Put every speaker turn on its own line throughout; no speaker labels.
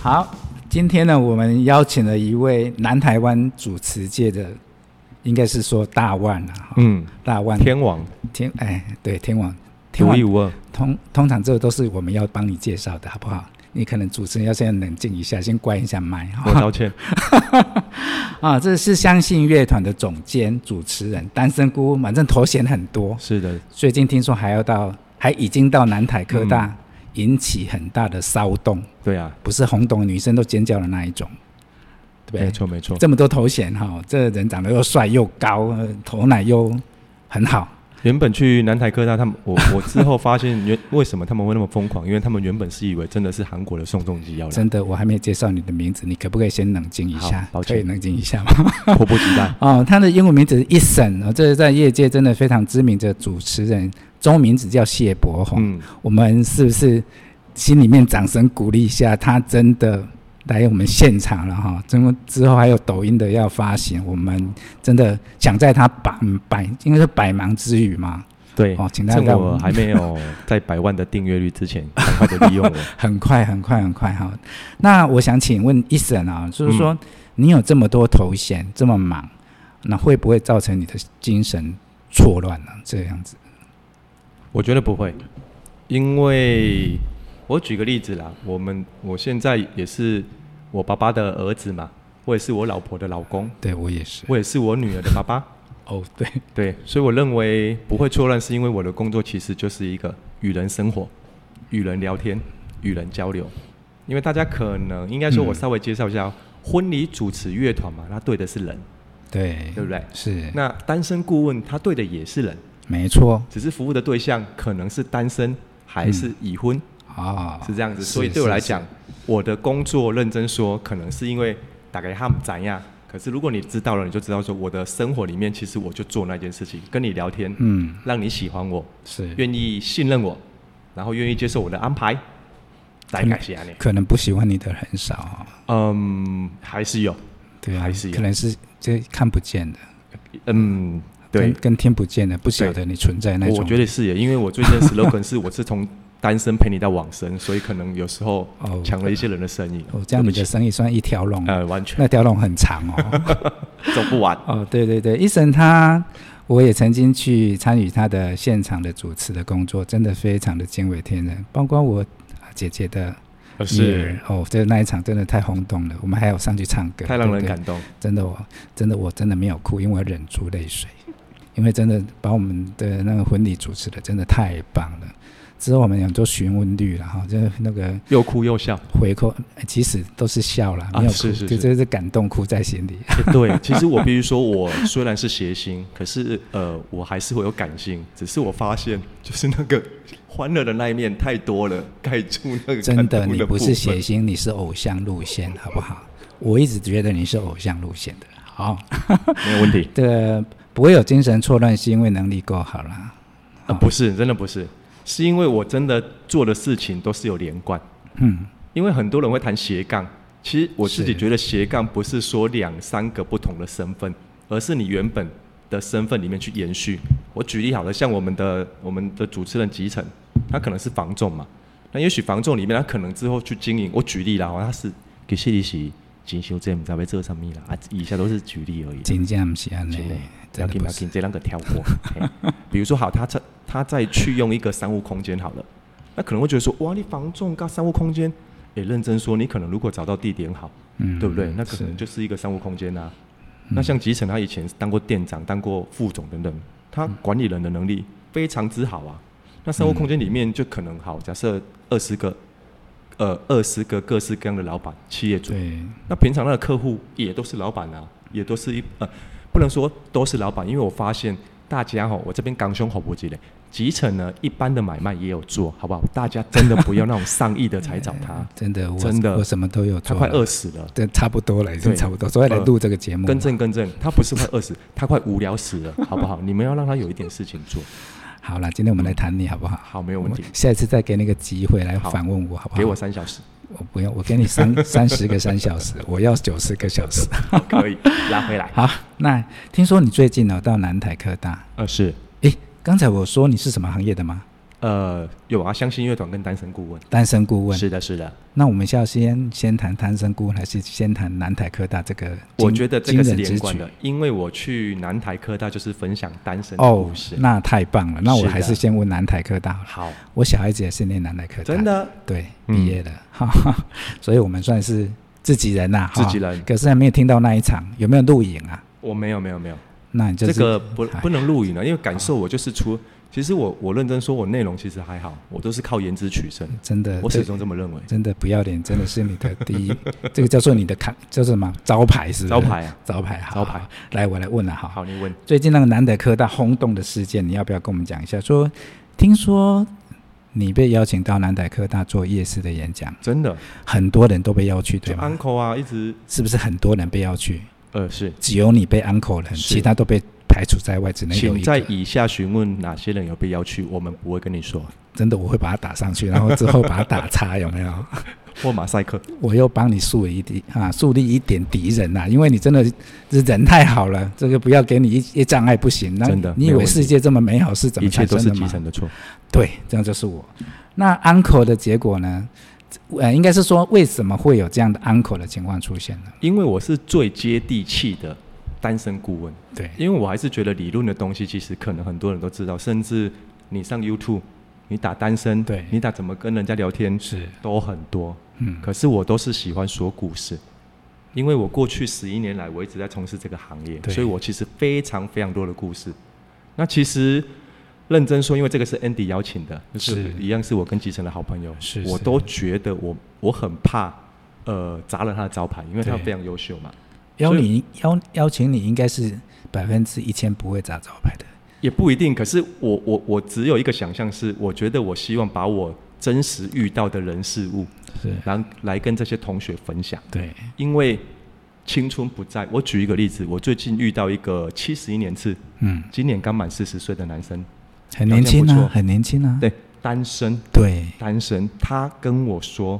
好，今天呢，我们邀请了一位南台湾主持界的，应该是说大腕了、哈
嗯，
大腕
天王
天哎，对天王，天
独
王
一无二，
通通常这都是我们要帮你介绍的，好不好？你可能主持人要先冷静一下，先关一下麦哈。
我 道歉。
啊，这是相信乐团的总监、主持人，单身姑，反正头衔很多。
是的，
最近听说还要到，还已经到南台科大，引起很大的骚动，
对啊，
不是轰动，女生都尖叫的那一种，对不对？
没错没错，
这么多头衔哈、这人长得又帅又高，呃头奶又很好，
原本去南台科大，他们我我之后发现原为什么他们会那么疯狂，因为他们原本是以为真的是韩国的宋仲基要来，
真的，我还没介绍你的名字，你可不可以先冷静一下
好？抱歉
可以冷静一下吗？
迫不及待。
哦，他的英文名字是 Eason，哦，这是在业界真的非常知名的主持人，中文名字叫谢伯宏。
嗯，
我们是不是心里面掌声鼓励一下？他真的来我们现场了哈！之后之后还有抖音的要发行，我们真的想在他百百应该是百忙之余嘛，
对，
哦，请大
趁
家
我还 没有在百万的订阅率之前，赶快的利用我。
很快很快很快哈。那我想请问医生啊，就是
嗯
说你有这么多头衔，这么忙，那会不会造成你的精神错乱呢、这样子，
我觉得不会，因为我举个例子啦，我们我现在也是我爸爸的儿子嘛，我也是我老婆的老公，
对我也是。
我也是我女儿的爸爸。
哦，对，
对，所以我认为不会错乱，是因为我的工作其实就是一个与人生活、与人聊天、与人交流。因为大家可能应该说，我稍微介绍一下哦、婚礼主持乐团嘛，它对的是人，
对，
对不对？
是，
那单身顾问他对的也是人，
没错。
只是服务的对象可能是单身还是已婚，
啊、
是这样子。
是
所以对我来
是
讲，我的工作认真说，可能是因为大概他们怎样。可是如果你知道了，你就知道说我的生活里面，其实我就做那件事情，跟你聊天，
嗯，
让你喜欢我，
是，
愿意信任我，然后愿意接受我的安排，再感谢你。
可能不喜欢你的人很少、哦，
嗯，还是有，
对啊，
还是有
可能是这看不见的，
嗯，
跟
对，
跟听不见的，不晓得你存在那种。
我觉得是耶，因为我最近的 slogan 是我是从单身陪你到往生，所以可能有时候
哦
抢了一些人的生意。
哦，这样你
对
的
不起
生意算一条龙，
呃完全
那条龙很长哦。
走不 完。
哦，对对对，医生他，我也曾经去参与他的现场的主持的工作，真的非常的惊为天人，包括我姐姐的
呃
女儿，哦，这那一场真的太轰动了，我们还有上去唱歌，
太让
对
人
不对
感动。
真的我真的我真的没有哭，因为我忍住泪水，因为真的把我们的那个婚礼主持的真的太棒了。之后我们有做询问率了哈，就是那个
又哭又笑，
回扣，哎其实都是笑了，
啊
没有哭，
是是
就是就是感动哭在心里。
诶 对，其实我必须说，我虽然是谐星，可是呃，我还是会有感性。只是我发现，就是那个欢乐的那一面太多了，盖住那个
真的，
感动
你
的
不
部
是
分
谐星，你是偶像路线，好不好？我一直觉得你是偶像路线的。好，
没有问题。
这个不会有精神错乱，是因为能力够好啦。
啊，不是，真的不是，是因为我真的做的事情都是有连贯。
嗯，
因为很多人会谈斜杠，其实我自己
是
觉得斜杠不是说两三个不同的身份，而是你原本的身份里面去延续。我举例好了，像我们的我们的主持人集成，他可能是房仲嘛，那也许房仲里面他可能之后去经营，我举例啦，哦他是给谢利息进修这不知道被这上面啦，啊，以下都是举例而已。
哎真正不是安
真的
内，
不要
真的
紧，不
不
要
是
紧，这两个跳过。 嘿比如说，好，他再他再去用一个商务空间好了，那可能会觉得说，哇，你房仲跟商务空间，也认真说，你可能如果找到地点好，
嗯
对不对？那可
是嗯
能就是一个商务空间啊。那像集成，他以前当过店长，当过副总等等，他管理人的能力非常之好啊。那商务空间里面就可能好，假设二十个，呃，二十个各式各样的老板、企业主，
对，
那平常那个客户也都是老板啊，也都是一呃，不能说都是老板，因为我发现大家哈，我这边港胸口不积累，集成呢一般的买卖也有做，好不好？大家真的不要那种上亿的才找
，
他
真的，我
真的
我什么都有
他
哎做了，
快饿死了。
对，差不多了，已经
对
差不多，所以来
呃
录这个节目嘛。
更正更正，他不是快饿死，他快无聊死 了，好不好？你们要让他有一点事情做，
好了，今天我们来谈你好不好？
嗯好，没有问题
我，下一次再给你个机会来
好
反问我好不好？
给我，三 小时，
我不用，我给你三三十个三小时，我要九十个小时。
可以拉回来。
好，那哦听说你最近呢、到南台科大？
呃，是，
诶，刚才我说你是什么行业的吗？
呃，有啊，相信乐团跟单身顾问。
单身顾问。
是的，是的，
那我们是要先先谈单身顾问，还是先谈南台科大这个惊？
我觉得这个
惊
是
人
连
之
贯
举
的，因为我去南台科大就是分享单身的
哦
故事。，
那太棒了。那
是
我
的
还是先问南台科大好了。
好，
我小孩子也是念南台科大，
真的
对，
嗯
毕业了，哈哈，所以我们算是自己人啊呐、哈
自己人
可是还没有听到那一场，有没有录影啊？
我没有没有没有，
那你就是、
这个不
哎
不能录影了，因为感受我就是出。其实我我认真说，我内容其实还好，我都是靠颜值取胜，
真的，
我
这
始终这么认为。
真的不要脸，真的是你的第一， 这个叫做你的看，叫做什么招牌是不是
招，牌啊，
招牌，好
招牌。
好来，我来问了哈。
好，你问。
最近那个南德科大轰动的事件，你要不要跟我们讲一下？说，听说你被邀请到南德科大做夜市的演讲，
真的，
很多人都被邀去，对
就
吗？
uncle 啊，一直
是不是很多人被邀去？
呃是，
只有你被 uncle 了，
是
其他都被排除在外，只能有
请
一
在
个。
以下询问哪些人有被邀去，我们不会跟你说。
真的，我会把它打上去，然后之后把它打叉，有没有？
或马赛克，
我又帮你树立一敌啊，树立一点敌人呐、因为你真的是人太好了，这个不要给你一一障碍不行。那
真的
你
没
以
有
为
问题
世界这么美好是怎
一
么
切
产
都
生
是
的
基
吗？
层的错。
对，这样就是我。那 uncle 的结果呢？呃，应该是说为什么会有这样的 uncle 的情况出现呢？
因为我是最接地气的单身顾问，
对，
因为我还是觉得理论的东西，其实可能很多人都知道，甚至你上 YouTube，你打单身，
对
你打怎么跟人家聊天
是，
都很多。
嗯，
可是我都是喜欢说故事，因为我过去十一年来，我一直在从事这个行业，
对
所以我其实非常非常多的故事。那其实认真说，因为这个是 Andy 邀请的，就是
是
一样是我跟吉成的好朋友，
是
我
是
都觉得我我很怕呃砸了他的招牌，因为他
对
非常优秀嘛，
邀
所以
你邀邀请你应该是百分之一千不会砸招牌的。
也不一定。可是我我我只有一个想象是，我觉得我希望把我真实遇到的人事物，
是
然后来跟这些同学分享。
对，
因为青春不在。我举一个例子，我最近遇到一个七十一年次，
嗯，
今年刚满四十岁的男生，
很年轻
条件不
啊，
错
很年轻啊。
对，单身，
对
单身。他跟我说，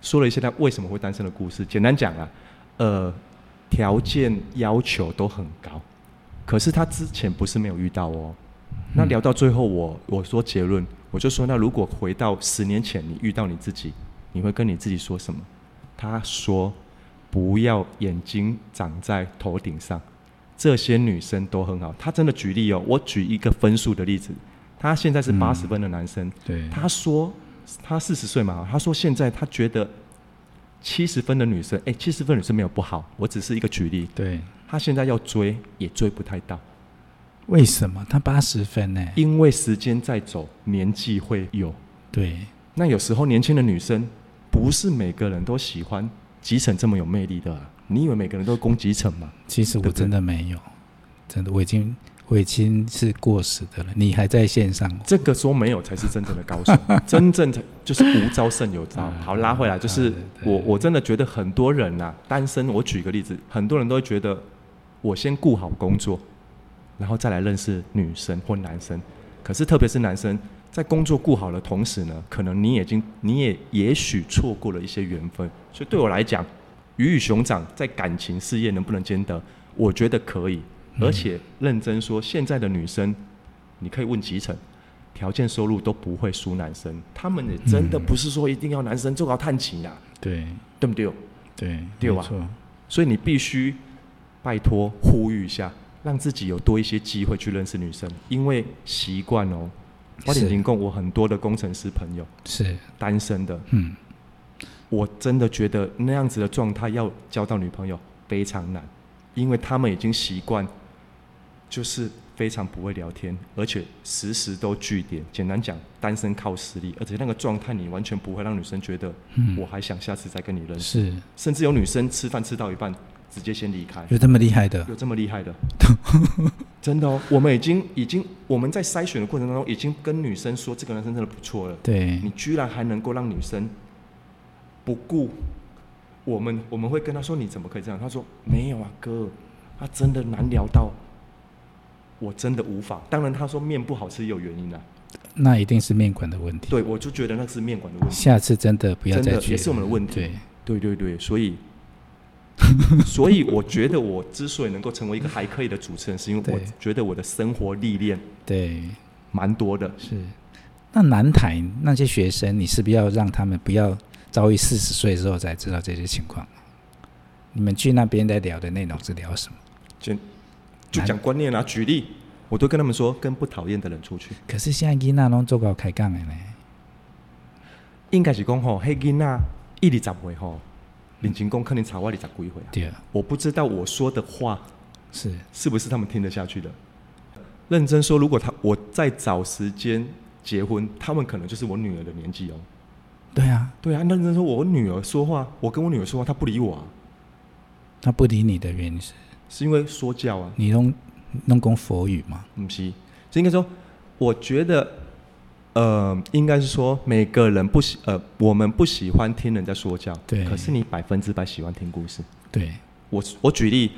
说了一些他为什么会单身的故事。简单讲啊，呃，条件要求都很高，可是他之前不是没有遇到哦。那聊到最后我，我说结论，我就说，那如果回到十年前，你遇到你自己，你会跟你自己说什么？他说，不要眼睛长在头顶上，这些女生都很好。他真的举例哦，我举一个分数的例子，他现在是八十分的男生，
对
他说他四十岁嘛，他说现在他觉得七十分的女生，哎，七十分女生没有不好，我只是一个举例。
对，
他现在要追也追不太到，
为什么他八十分呢？
因为时间在走，年纪会有。
对，
那有时候年轻的女生不是每个人都喜欢集成这么有魅力的啊、你以为每个人都攻集成吗？
其实
对
我
不对
真的没有，真的我已经我已经是过时的了，你还在线上。哦
这个说没有才是真正的高手，真正的就是无招胜有招。好，拉回来，就是我我真的觉得很多人呐、单身，我举个例子，很多人都会觉得我先顾好工作，然后再来认识女生或男生。可是特别是男生，在工作顾好的同时呢，可能你已经你也也许错过了一些缘分。所以对我来讲，鱼与熊掌在感情事业能不能兼得，我觉得可以。而且认真说，现在的女生，你可以问集成，条件收入都不会输男生，他们也真的不是说一定要男生做到探亲啊，
对
对不对？
对
对吧没错所以你必须拜托呼吁一下，让自己有多一些机会去认识女生，因为习惯哦。花点
是
零工，我很多的工程师朋友
是
单身的，
嗯，
我真的觉得那样子的状态要交到女朋友非常难，因为他们已经习惯，就是非常不会聊天，而且时时都据点。简单讲，单身靠实力，而且那个状态你完全不会让女生觉得，
嗯
我还想下次再跟你认识，
是
甚至有女生吃饭吃到一半直接先离开。
有这么厉害的
有这么厉害的？真的哦，我们已经已经我们在筛选的过程当中，已经跟女生说这个男生真的不错了。
对
你居然还能够让女生不顾我们，我们会跟她说你怎么可以这样？她说没有啊，哥，他真的难聊到，我真的无法。当然，她说面不好吃也有原因啊。
那一定是面馆的问题。
对，我就觉得那是面馆的问题。
下次真的不要
真
再
的
去了，
也是我们的问题
对，
对对对，所以， 所以我觉得我之所以能够成为一个还可以的主持人，是因为我
对
觉得我的生活历练
对，
蛮多的。
是。那南台那些学生，你是不是要让他们不要遭遇四十岁之后才知道这些情况？你们去那边在聊的内容是聊什么？
就就讲观念啊，举例，我都跟他们说，跟不讨厌的人出去。
可是现在囡仔拢做到开杠的呢，
应该是讲吼，迄囡仔一二十岁吼，认真讲肯定查我二十几岁啊。
对啊，
我不知道我说的话
是
是不是他们听得下去的。认真说，如果他我再找时间结婚，他们可能就是我女儿的年纪哦。
对啊，
对啊，认真说，我女儿说话，我跟我女儿说话，她不理我啊，
他不理你的原因是
是因为说教啊，
你弄弄讲佛语嘛？
不是，就应该说，我觉得，呃，应该是说每个人不喜，呃，我们不喜欢听人家说教，
对
可是你百分之百喜欢听故事。
对，
我我举例，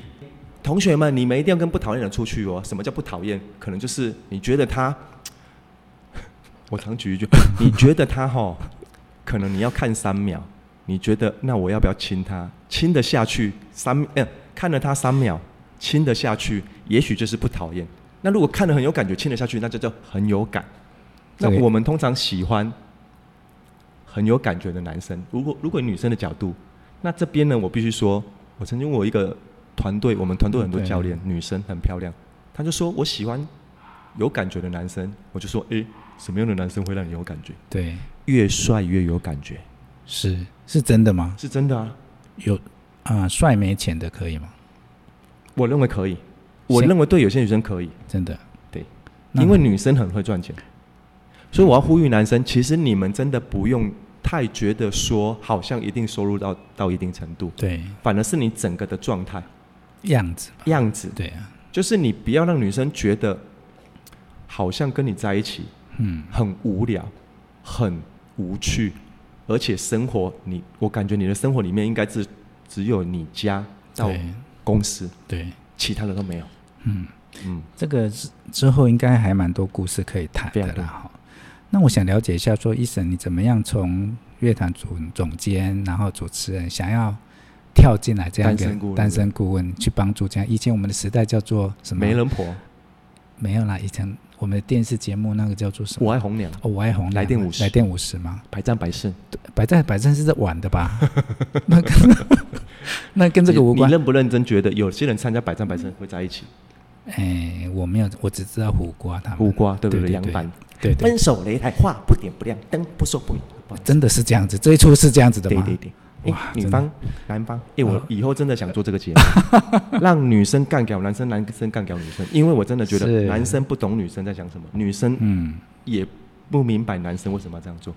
同学们，你们一定要跟不讨厌的人出去哦。什么叫不讨厌？可能就是你觉得他， 我常举一句，你觉得他哈，可能你要看三秒，你觉得那我要不要亲他？亲得下去三，呃，看了他三秒，亲得下去，也许就是不讨厌。那如果看得很有感觉，亲得下去，那就叫很有感。那
对
我们通常喜欢很有感觉的男生。如果如果以女生的角度，那这边呢，我必须说，我曾经我一个团队，我们团队很多教练，女生很漂亮，她就说我喜欢有感觉的男生，我就说，诶，什么样的男生会让你有感觉？
对，
越帅越有感觉，
是是真的吗？
是真的啊，
有啊，帅、没钱的可以吗？
我认为可以，我
行
认为对有些女生可以，
真的，
对，
那
因为女生很会赚钱，所以我要呼吁男生，其实你们真的不用太觉得说好像一定收入到到一定程度，
对
反而是你整个的状态
样子吧，
样子，
对啊，
就是你不要让女生觉得好像跟你在一起
嗯，
很无聊、很无趣，而且生活你我感觉你的生活里面应该只只有你家到
对
公司，
对，
其他的都没有。
嗯。
嗯，
这个之之后应该还蛮多故事可以谈的
非常多
啦。哈，那我想了解一下说，医生你怎么样从乐坛总总监，然后主持人，想要跳进来这样一
单身顾
个
问
单身顾问，去帮助这样？以前我们的时代叫做什么？
媒人婆，
没有啦，以前我们的电视节目那个叫做什么？
我爱红娘，
哦，我爱红娘
来电50
来电五十吗？
百战百胜。
摆在摆正是在玩的吧？ 那跟那跟这个无
你你
关。
认不认真觉得有些人参加百战百胜会在一起？
哎，我没有，我只知道胡瓜他们。
胡瓜
嗯
对哎不
对
对？
对
杨帆，
对对，
分手擂台话不点不亮，灯不说不明。不好意思
真的是这样子，最初是这样子的
对
吗？
对对。哎
哇，
女
真的
方、男方，哎，
嗯
我以后真的想做这个节目， 让女生干掉男生，男生干掉女生，因为我真的觉得
是
男生不懂女生在想什么，女生
嗯。
也不明白男生为什么要这样做。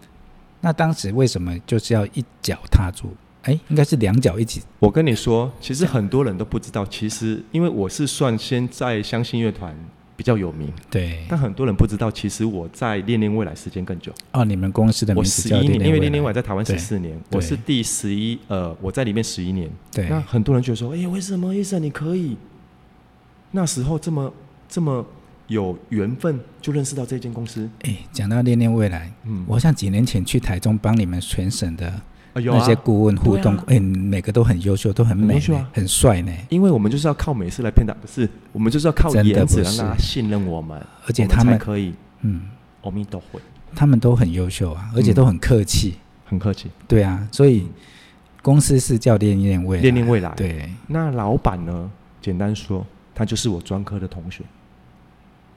那当时为什么就是要一脚踏住？哎，应该是两脚一起。
我跟你说，其实很多人都不知道，其实因为我是算先在相信乐团比较有名，
对，
但很多人不知道，其实我在恋恋未来时间更久。
哦，你们公司的
我
名字
十
叫
一年，因
恋
为恋
恋
恋
未
晚
来
在台湾
对
十四年，
对
我是第十一，呃，我在里面十一年。
对
那很多人觉得说，哎、为什么医生你可以那时候这么这么有缘分就认识到这间公司？
哎，讲到恋恋未来，
嗯，
我像几年前去台中帮你们全省的
啊有
那
啊
些，顾问互动，哎、每个都很优秀，都很美
很优秀
呢，
啊
很帅呢。
因为我们就是要靠美式来骗他，不是，我们就是要靠
真的
颜值
不
让
是
大家信任我们，
而且
我们
他们
才可以，
嗯，
阿弥陀佛，
他们都很优秀啊，而且
嗯
都很客气。
很客气。
对啊，所以公司是叫恋恋未来。啊
恋恋未来
对，
那老板呢？简单说，他就是我专科的同学，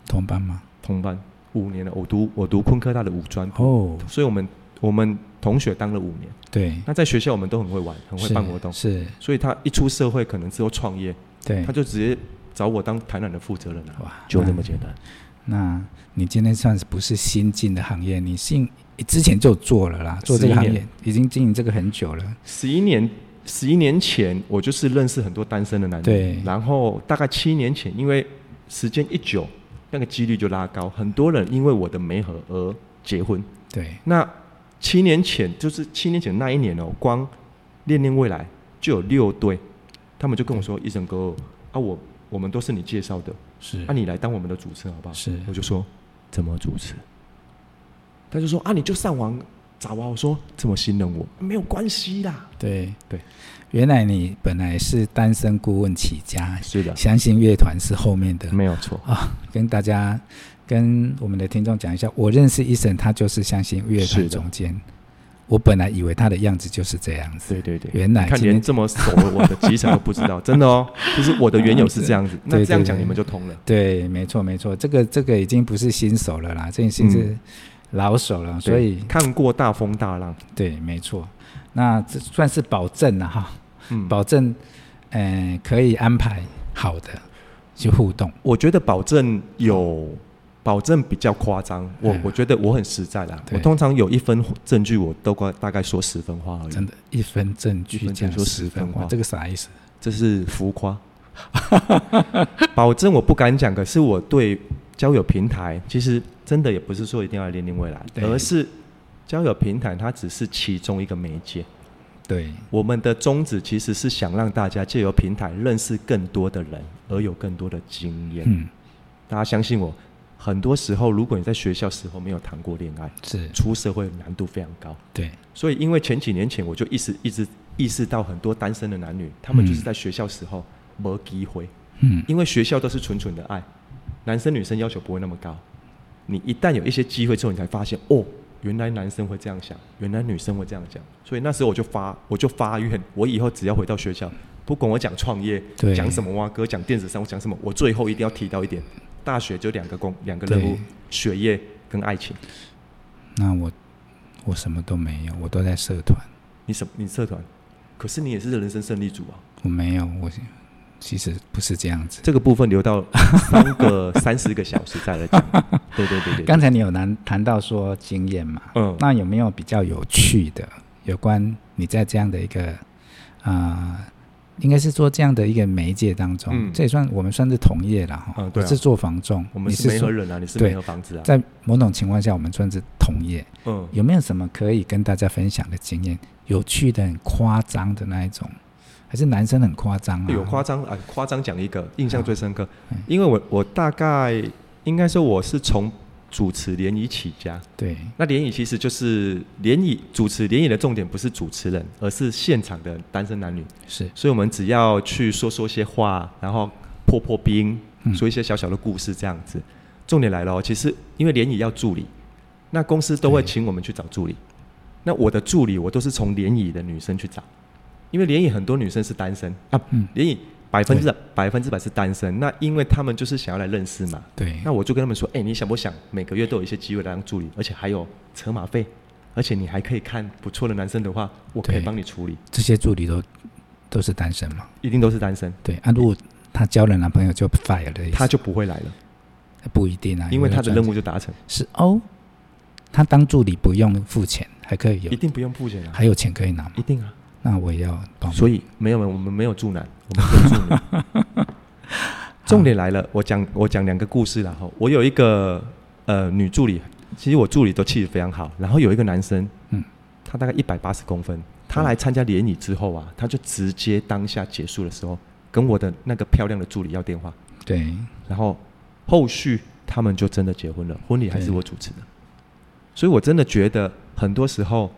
同班嘛。
同班五年了，我读我读昆科大的五专，
哦，
所以我们我们同学当了五年。
对，
那在学校我们都很会玩，很会
是
办活动，
是，
所以他一出社会可能之后创业，
对
他。就直接找我当台南的负责人了、
哇
嗯就这
那
么简单。
那你今天算是不是新进的行业？你进之前就做了啦，做这个行
11
业
年
已经经营这个很久了。
十一年，十一年前我就是认识很多单身的男
对
人，然后大概七年前，因为时间一久，那个几率就拉高，很多人因为我的媒合而结婚。
对，
那七年前就是七年前那一年哦，光恋恋未来就有六对，他们就跟我说：“医生哥啊，我我们都是你介绍的，
是
啊，你来当我们的主持人好不好？”
是
我就说怎么主持？他就说啊，你就上网找啊。我说怎么信任我？没有关系啦。
对
对，
原来你本来是单身顾问起家，
是的，
相信乐团是后面的啊
没有错。
啊。跟大家跟我们的听众讲一下，我认识医生，他就是相信乐
是
团
的
总监。我本来以为他的样子就是这样子，
对对对，
原来
你看
今
连
天
这么熟的我的集成都不知 道，真的哦，就是我的缘由是这样子。那
对
这样讲
对
你们就通了。
对，没错没错，这个这个已经不是新手了啦，这已经是老手了，所
嗯对
以
看过大风大浪，
对，没错，那这算是保证了哈，
嗯，
保证，呃，可以安排好的去互动，
我觉得保证有保证比较夸张，我
嗯
我觉得我很实在啦。
对
我通常有一分证据，我都大大概说十分话而已
真，的，一分证据
嗯一分
讲
证说
十
十
分
分
话，
话
这个啥意思？
这是浮夸。 保证我不敢讲，可是我对交友平台其实真的也不是说一定要年龄未来，
对
而是交友平台它只是其中一个媒介。
对，
我们的宗旨其实是想让大家借由平台认识更多的人，而有更多的经验。
嗯，
大家相信我，很多时候如果你在学校时候没有谈过恋爱，
是，
出社会难度非常高。
对，
所以，因为前几年前我就意识一直意识到很多单身的男女，他们就是在学校时候没机会，
嗯，
因为学校都是纯纯的爱，男生女生要求不会那么高。你一旦有一些机会之后，你才发现哦，原来男生会这样想，原来女生会这样讲。所以那时候我就发，我就发愿，我以后只要回到学校，不管我讲创业
对，
讲什么蛙哥，讲电子商务，讲什么，我最后一定要提到一点，大学就两个工，两个任务
对，
学业跟爱情。
那我我什么都没有，我都在社团，
你什你社团，可是你也是人生胜利组啊。
我没有，我其实不是这样子。
这个部分留到 三个三十个小时再来讲。对对对对对，
刚才你有谈谈到说经验嘛，
嗯，
那有没有比较有趣的有关你在这样的一个啊、呃应该是做这样的一个媒介当中，
嗯
这也算我们算是同业了哈。
嗯对啊
我是做房仲，
我们
你
是没
做
合人啊，你是
对
没合房子啊。
在某种情况下，我们算是同业。
嗯，
有没有什么可以跟大家分享的经验？有趣的、很夸张的那一种，还是男生很夸张啊？
有夸张啊，夸张讲一个印象最深刻
嗯，
因为我我大概应该说我是从主持联谊起家。
对，
那联谊其实就是联谊主持联谊的重点不是主持人，而是现场的单身男女。
是
所以我们只要去说说些话，然后破破冰
嗯，
说一些小小的故事这样子。重点来了哦，其实因为联谊要助理，那公司都会
对
请我们去找助理。那我的助理我都是从联谊的女生去找，因为联谊很多女生是单身啊
嗯，
联谊百分之百分之百是单身。那因为他们就是想要来认识嘛，
对，
那我就跟他们说，哎、你想不想每个月都有一些机会来当助理，而且还有车马费，而且你还可以看不错的男生的话，我可以
对
帮你处理，
这些助理都都是单身嘛？
一定都是单身。
对啊，如果他交了男朋友就 fire 的意思，
他就不会来了，
不一定啊，
因为他的任
务
务就达成，
是哦，他当助理不用付钱，还可以有
一，定不用付钱啊，
还有钱可以拿吗？
一定啊。
那我也要帮忙。
所以没有，我们没有住男，我们没有住女。 重点来了，我讲我讲两个故事啦哈。我有一个呃女助理，其实我助理都气质非常好，然后有一个男生，
嗯
嗯，他大概一百八十公分，他来参加联谊之后啊，他就直接当下结束的时候，跟我的那个漂亮的助理要电话，
对，
然后后续他们就真的结婚了，婚礼还是
对
我主持的。所以我真的觉得很多时候，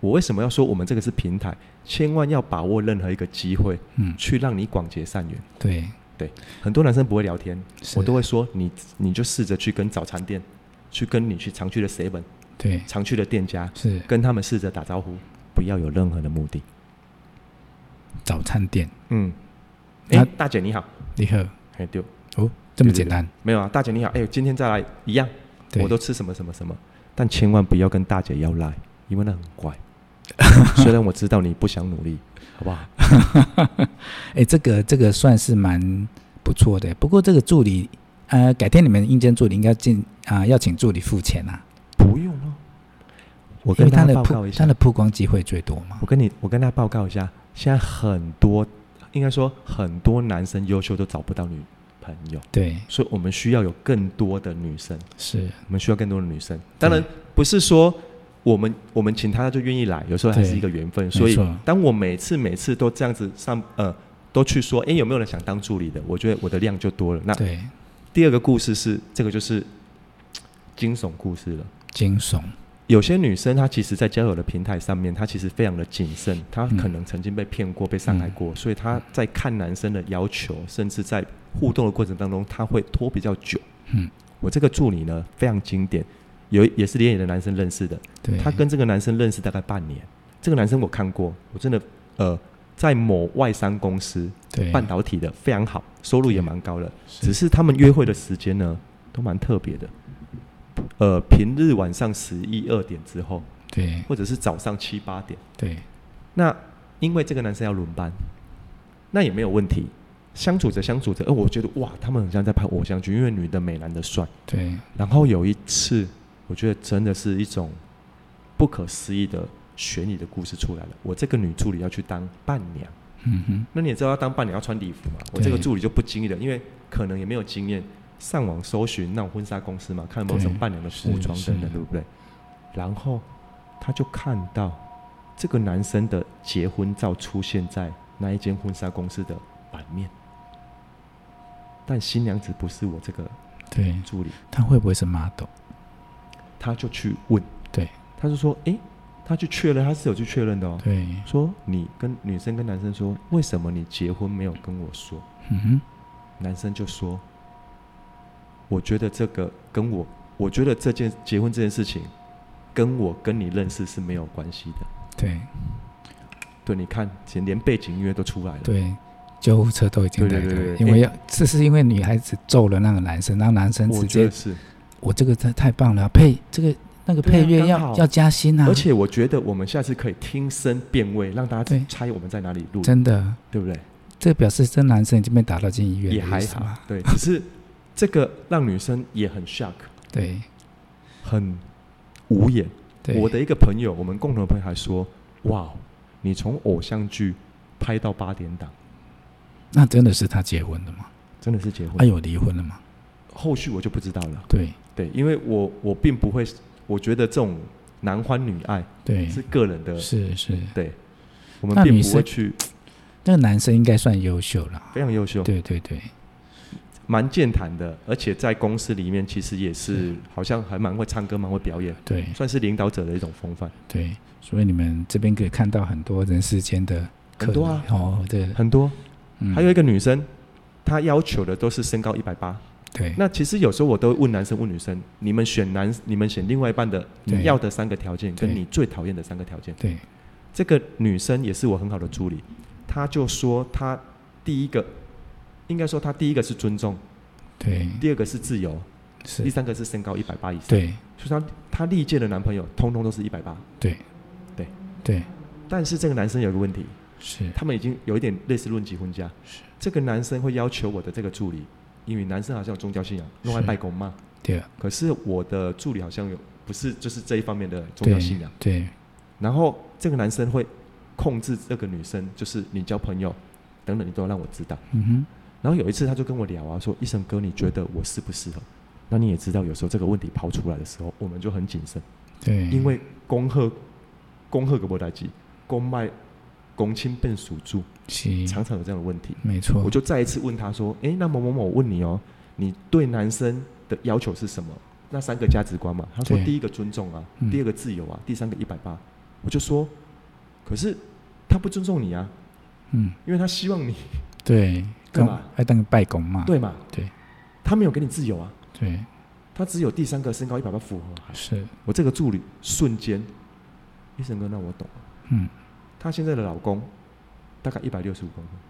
我为什么要说我们这个是平台，千万要把握任何一个机会
嗯，
去让你广结善缘。
对，
对，很多男生不会聊天，
是
我都会说你，你就试着去跟早餐店，去跟你去常去的 seven、
对，
常去的店家，
是
跟他们试着打招呼，不要有任何的目的。
早餐店，
嗯，哎、
那
大姐你好，
你好，
哎对，
哦，这么简单，
没有啊，大姐你好，哎、今天再来一样，
对
我都吃什么什么什么，但千万不要跟大姐要赖，因为那很 怪。虽然我知道你不想努力，好不好？
哎，这个这个算是蛮不错的，不过这个助理，呃，改天你们应征助理应该进啊、要请助理付钱啊，
不用了，我
因
跟
为他
大家
的
报
曝
告一
他
下
的，曝光机会最多嘛
我，跟你，我跟大家报告一下，现在很多，应该说很多男生优秀都找不到女朋友，
对，
所以我们需要有更多的女生，
是，
我们需要更多的女生。当然不是说我们我们请她就愿意来，有时候还
对
是一个缘分。
错
所以当我每次每次都这样子上呃都去说，诶，有没有人想当助理的？我觉得我的量就多了。那
对，
第二个故事是这个就是嘖惊悚故事了。
惊悚，
有些女生她其实，在交友的平台上面，她其实非常的谨慎，她可能曾经被骗过、被伤害过，所以她在看男生的要求，甚至在互动的过程当中，她会拖比较久。
嗯，
我这个助理呢非常经典，有也是连野的男生认识的，
对，
他跟这个男生认识大概半年。这个男生我看过，我真的呃，在某外商公司
对
半导体的非常好，收入也蛮高的，
是
只是他们约会的时间呢都蛮特别的。呃，平日晚上十一二点之后，
对
或者是早上七八点。
对
那因为这个男生要轮班，那也没有问题。相处着相处着，呃，我觉得哇，他们很像在拍偶像剧，因为女的美，男的帅。
对
然后有一次，我觉得真的是一种不可思议的悬疑的故事出来了。我这个女助理要去当伴娘，
嗯哼
那你也知道要当伴娘要穿礼服嘛？我这个
对
助理就不经意的，因为可能也没有经验，上网搜寻那种婚纱公司嘛，看有没有
对
什么伴娘的服装
是
等等，
是
对不对？然后他就看到这个男生的结婚照出现在那一间婚纱公司的版面，但新娘子不是我这个
对，
助理，
他会不会是 model？
他就去问，
对
他就说：“诶，他去确认，他是有去确认的哦。
对，
说你跟女生跟男生说，为什么你结婚没有跟我说？”
嗯哼，
男生就说：“我觉得这个跟我，我觉得这件结婚这件事情，跟我跟你认识是没有关系的。
对
对，你看，连连背景音乐都出来了。
对，救护车都已经
对
来
对对
了，
对
因为
哎
要这是因为女孩子揍了那个男生，让男生
我
直
觉
接
得是，
我这个太太棒了，配这个那个
对啊
配乐
刚
要、
好
要加薪啊，
而且我觉得我们下次可以听声辨位，让大家
对
猜我们在哪里录，
真的，
对不对？
这表示这男生已经被打到进医院
也
了
还
意思
好
嘛，，
对， 只是这个让女生也很 shock，
对
很无言。
对，
我的一个朋友，我们共同的朋友还说：“哇，你从偶像剧拍到八点档，
那真的是他结婚了吗？
真的是结婚。
他有离婚了吗？
后续我就不知道了。
对
对，因为我我并不会，我觉得这种男欢女爱
对，
是个人的，
是是，
对，我们
那
并
女
不会
生
去
那个男生应该算优秀了，
非常优秀，
对对对
蛮健谈的，而且在公司里面其实也是好像还蛮会唱歌，蛮会表演，
对
算是领导者的一种风范。
对，所以你们这边可以看到很多人世间的可
很多啊
能哦，这个
很多，
嗯
还有一个女生，她要求的都是身高一百八。
对
那其实有时候我都会问男生问女生，你们选男，你们选另外一半的
对
你要的三个条件，跟
对
你最讨厌的三个条件。
对
这个女生也是我很好的助理，她就说她第一个，应该说她第一个是尊重，
对
第二个是自由，第
是，
三个是身高一百八以上。，
对
所以她她历届的男朋友通通都是一百八，
对
对
对
但是这个男生有一个问题，
是，
他们已经有一点类似论及婚嫁。
是
这个男生会要求我的这个助理，因为男生好像有宗教信仰，弄爱
是
拜公嘛。
对啊
可是我的助理好像有不是就是这一方面的宗教信
对
仰。
对
然后这个男生会控制这个女生，就是你交朋友等等，你都要让我知道。
嗯哼
然后有一次他就跟我聊啊，说医生哥，你觉得我适不适合？那你也知道，有时候这个问题抛出来的时候，我们就很谨慎，
对，
因为恭贺恭贺个波代基，公卖公亲变属猪，
是
常常有这样的问题。
没错
我，就再一次问他说：“诶，那某某某，我问你哦，你对男生的要求是什么？那三个价值观嘛？”他说：“
对
第一个尊重啊，
嗯
第二个自由啊，第三个一百八。”我就说：“可是他不尊重你啊，
嗯。
因为他希望你
对，
对
跟
吧。
还当个拜公嘛
对嘛，
对
他没有给你自由啊，
对
他只有第三个身高一百八符合啊。
是，”
我这个助理瞬间，医生哥，那我懂了，
嗯，
她现在的老公大概一百六十五公分，
啊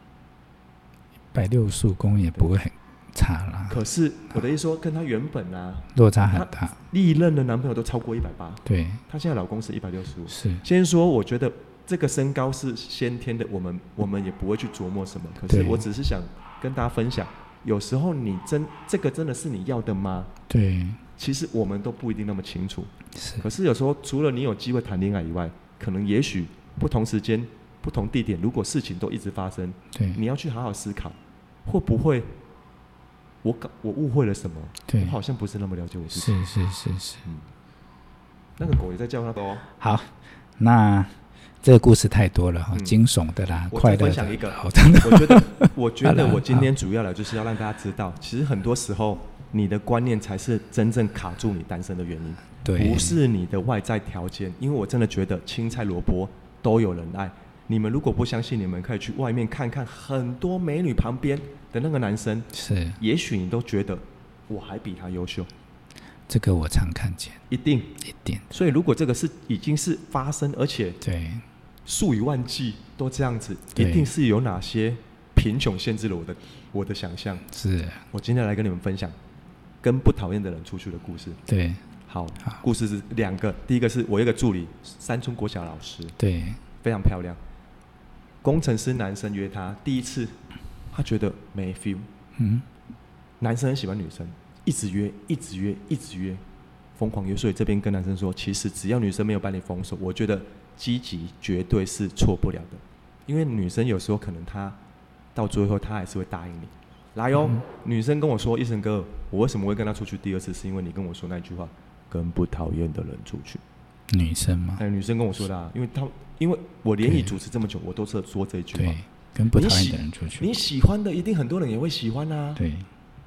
百六十五公也不会很差啦，
可是我的意思说，跟她原本啊
落差很大。
历任的男朋友都超过一百八，
对，
她现在老公是一百六十五。
是，
先说，我觉得这个身高是先天的，我们我们也不会去琢磨什么。可是
对
我只是想跟大家分享，有时候你真这个真的是你要的吗？
对，
其实我们都不一定那么清楚。
是，
可是有时候，除了你有机会谈恋爱以外，可能也许不同时间、不同地点，如果事情都一直发生，
对
你要去好好思考，会不会我搞我误会了什么？
对
我，好像不是那么了解我自己。
是是是是。
嗯，那个狗也在叫它的哦。
好，那这个故事太多了哈，
嗯
惊悚的啦，
我
快
再
乐
分享
的
一个
好，真的，
我觉得，我觉
好
得
啦
我今天主要来就是要让大家知道，其实很多时候你的观念才是真正卡住你单身的原因，
对，
不是你的外在条件。因为我真的觉得青菜萝卜都有人爱。你们如果不相信，你们可以去外面看看，很多美女旁边的那个男生，
是，
也许你都觉得我还比他优秀，
这个我常看见，
一定。
一定
所以如果这个是已经是发生，而且
对
数以万计都这样子，一
对
定是有哪些贫穷限制了我的我的想象。
是，
我今天来跟你们分享跟不讨厌的人出去的故事。
对
好，
好
故事是两个，第一个是我有一个助理，山村国小老师，
对
非常漂亮。工程师男生约她，第一次她觉得没 feel，
嗯
男生很喜欢女生，一直约，一直约，一直约，疯狂约。所以这边跟男生说，其实只要女生没有把你封锁，我觉得积极绝对是错不了的，因为女生有时候可能她到最后她还是会答应你。来哦，女生跟我说，医生哥，我为什么会跟她出去第二次？是因为你跟我说那句话，跟不讨厌的人出去。
女生嘛
哎，，女生跟我说的、啊，因为她因为我联谊
对
主持这么久，我都是说这一句话
对。，跟不
你
讨厌
喜
的人出去
你，喜欢的一定很多人也会喜欢啊。
对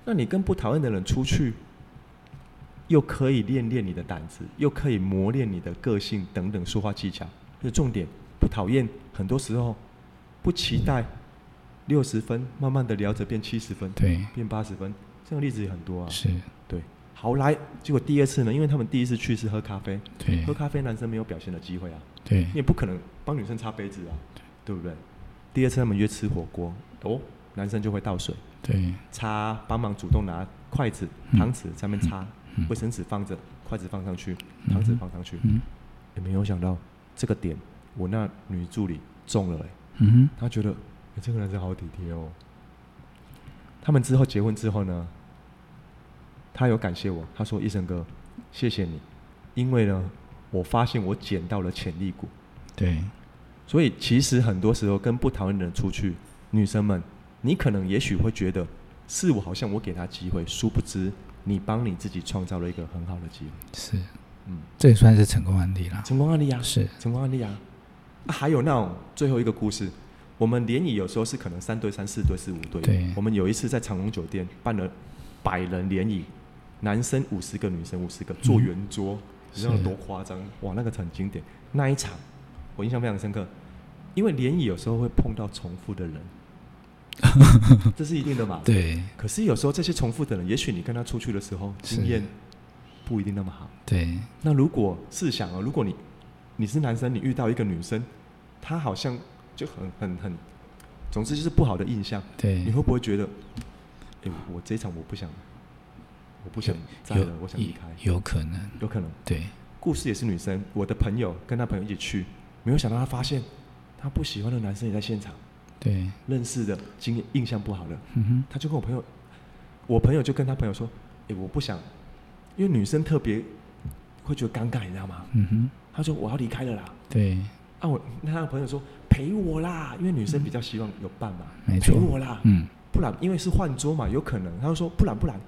那你跟不讨厌的人出去，又可以练练你的胆子，又可以磨练你的个性等等说话技巧。这是重点，不讨厌，很多时候不期待六十分，慢慢的聊着变七十分，
对
变八十分，这样的例子也很多啊。
是，
对，好来，结果第二次呢，因为他们第一次去是喝咖啡，
对
喝咖啡男生没有表现的机会啊，
对
你也不可能帮女生擦杯子啊，对不对？第二次他们约吃火锅，哦，男生就会倒水。
对
擦，帮忙主动拿筷子、
嗯
汤匙上面擦
嗯，
卫生纸放着，筷子放上去，
嗯
汤匙放上去。
嗯
也没有想到这个点，我那女助理中了、欸，
嗯
她觉得、欸这个男生好体贴哦。他们之后结婚之后呢，她有感谢我，她说：“医生哥，谢谢你，因为呢，我发现我捡到了潜力股。”
对
所以其实很多时候跟不讨厌的人出去，女生们，你可能也许会觉得是我好像我给她机会，殊不知你帮你自己创造了一个很好的机会。
是，
嗯，
这也算是成功案例啦。
成功案例啊，
是
成功案例啊。啊还有那种最后一个故事，我们联谊有时候是可能三对三、四对四、五对。
对
我们有一次在长隆酒店办了百人联谊，男生五十个，女生五十个，坐圆桌，你知道
嗯是
多夸张？哇，那个很经典。那一场我印象非常深刻，因为联谊有时候会碰到重复 的人，这是一定的嘛？。
对
可是有时候这些重复的人，也许你跟他出去的时候经
是
验不一定那么好。
对
那如果试想哦，如果你你是男生，你遇到一个女生，她好像就很很很，总之就是不好的印象，你
对，
会不会觉得，哎、我这一场我不想，我不想再了，我想离开，
有有可能，
有可能。
对
故事也是女生，我的朋友跟她朋友一起去，没有想到她发现她不喜欢的男生也在现场，
对，
认识的经验印象不好的，
嗯
他就跟我朋友，我朋友就跟他朋友说，哎、我不想，因为女生特别会觉得尴尬，你知道吗？
哼嗯哼，
他说我要离开了啦。
对
啊，我那他的朋友说陪我啦，因为女生比较希望有伴嘛，
没错
陪我啦，
嗯
不然因为是换桌嘛，有可能。他就说不然不然，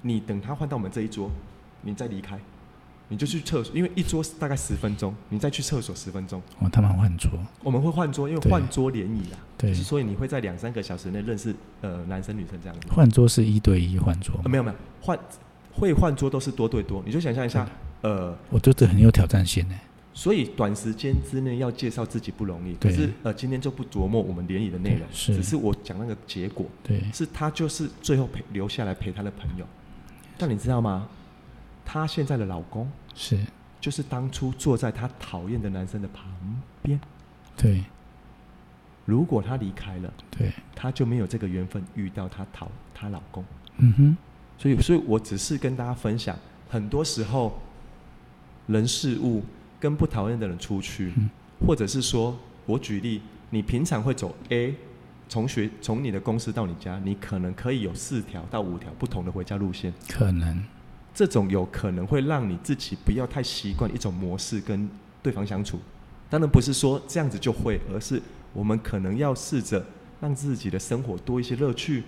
你等他换到我们这一桌，你再离开，你就去厕所，因为一桌大概十分钟，你再去厕所十分钟。
哦他们换桌，
我们会换桌，因为
对
换桌联谊啦，
对
就是所以你会在两三个小时内认识呃男生女生这样子。
换桌是一对一换桌
呃、，没有没有换会换桌都是多对多，你就想象一下，呃，
我觉得很有挑战性呢。欸
所以短时间之内要介绍自己不容易，可
对
是呃，今天就不琢磨我们联谊的内容
对，是
只是我讲那个结果，
对
是他就是最后陪留下来陪他的朋友。但你知道吗？她现在的老公
是，
就是当初坐在她讨厌的男生的旁边。
对
如果她离开了，
对，
她就没有这个缘分遇到她讨她老公。
嗯哼，
所以，所以我只是跟大家分享，很多时候人事物跟不讨厌的人出去，
嗯
或者是说，我举例，你平常会走 A，从学从你的公司到你家，你可能可以有四条到五条不同的回家路线，
可能
这种有可能会让你自己不要太习惯一种模式跟对方相处。当然不是说这样子就会，而是我们可能要试着让自己的生活多一些乐趣，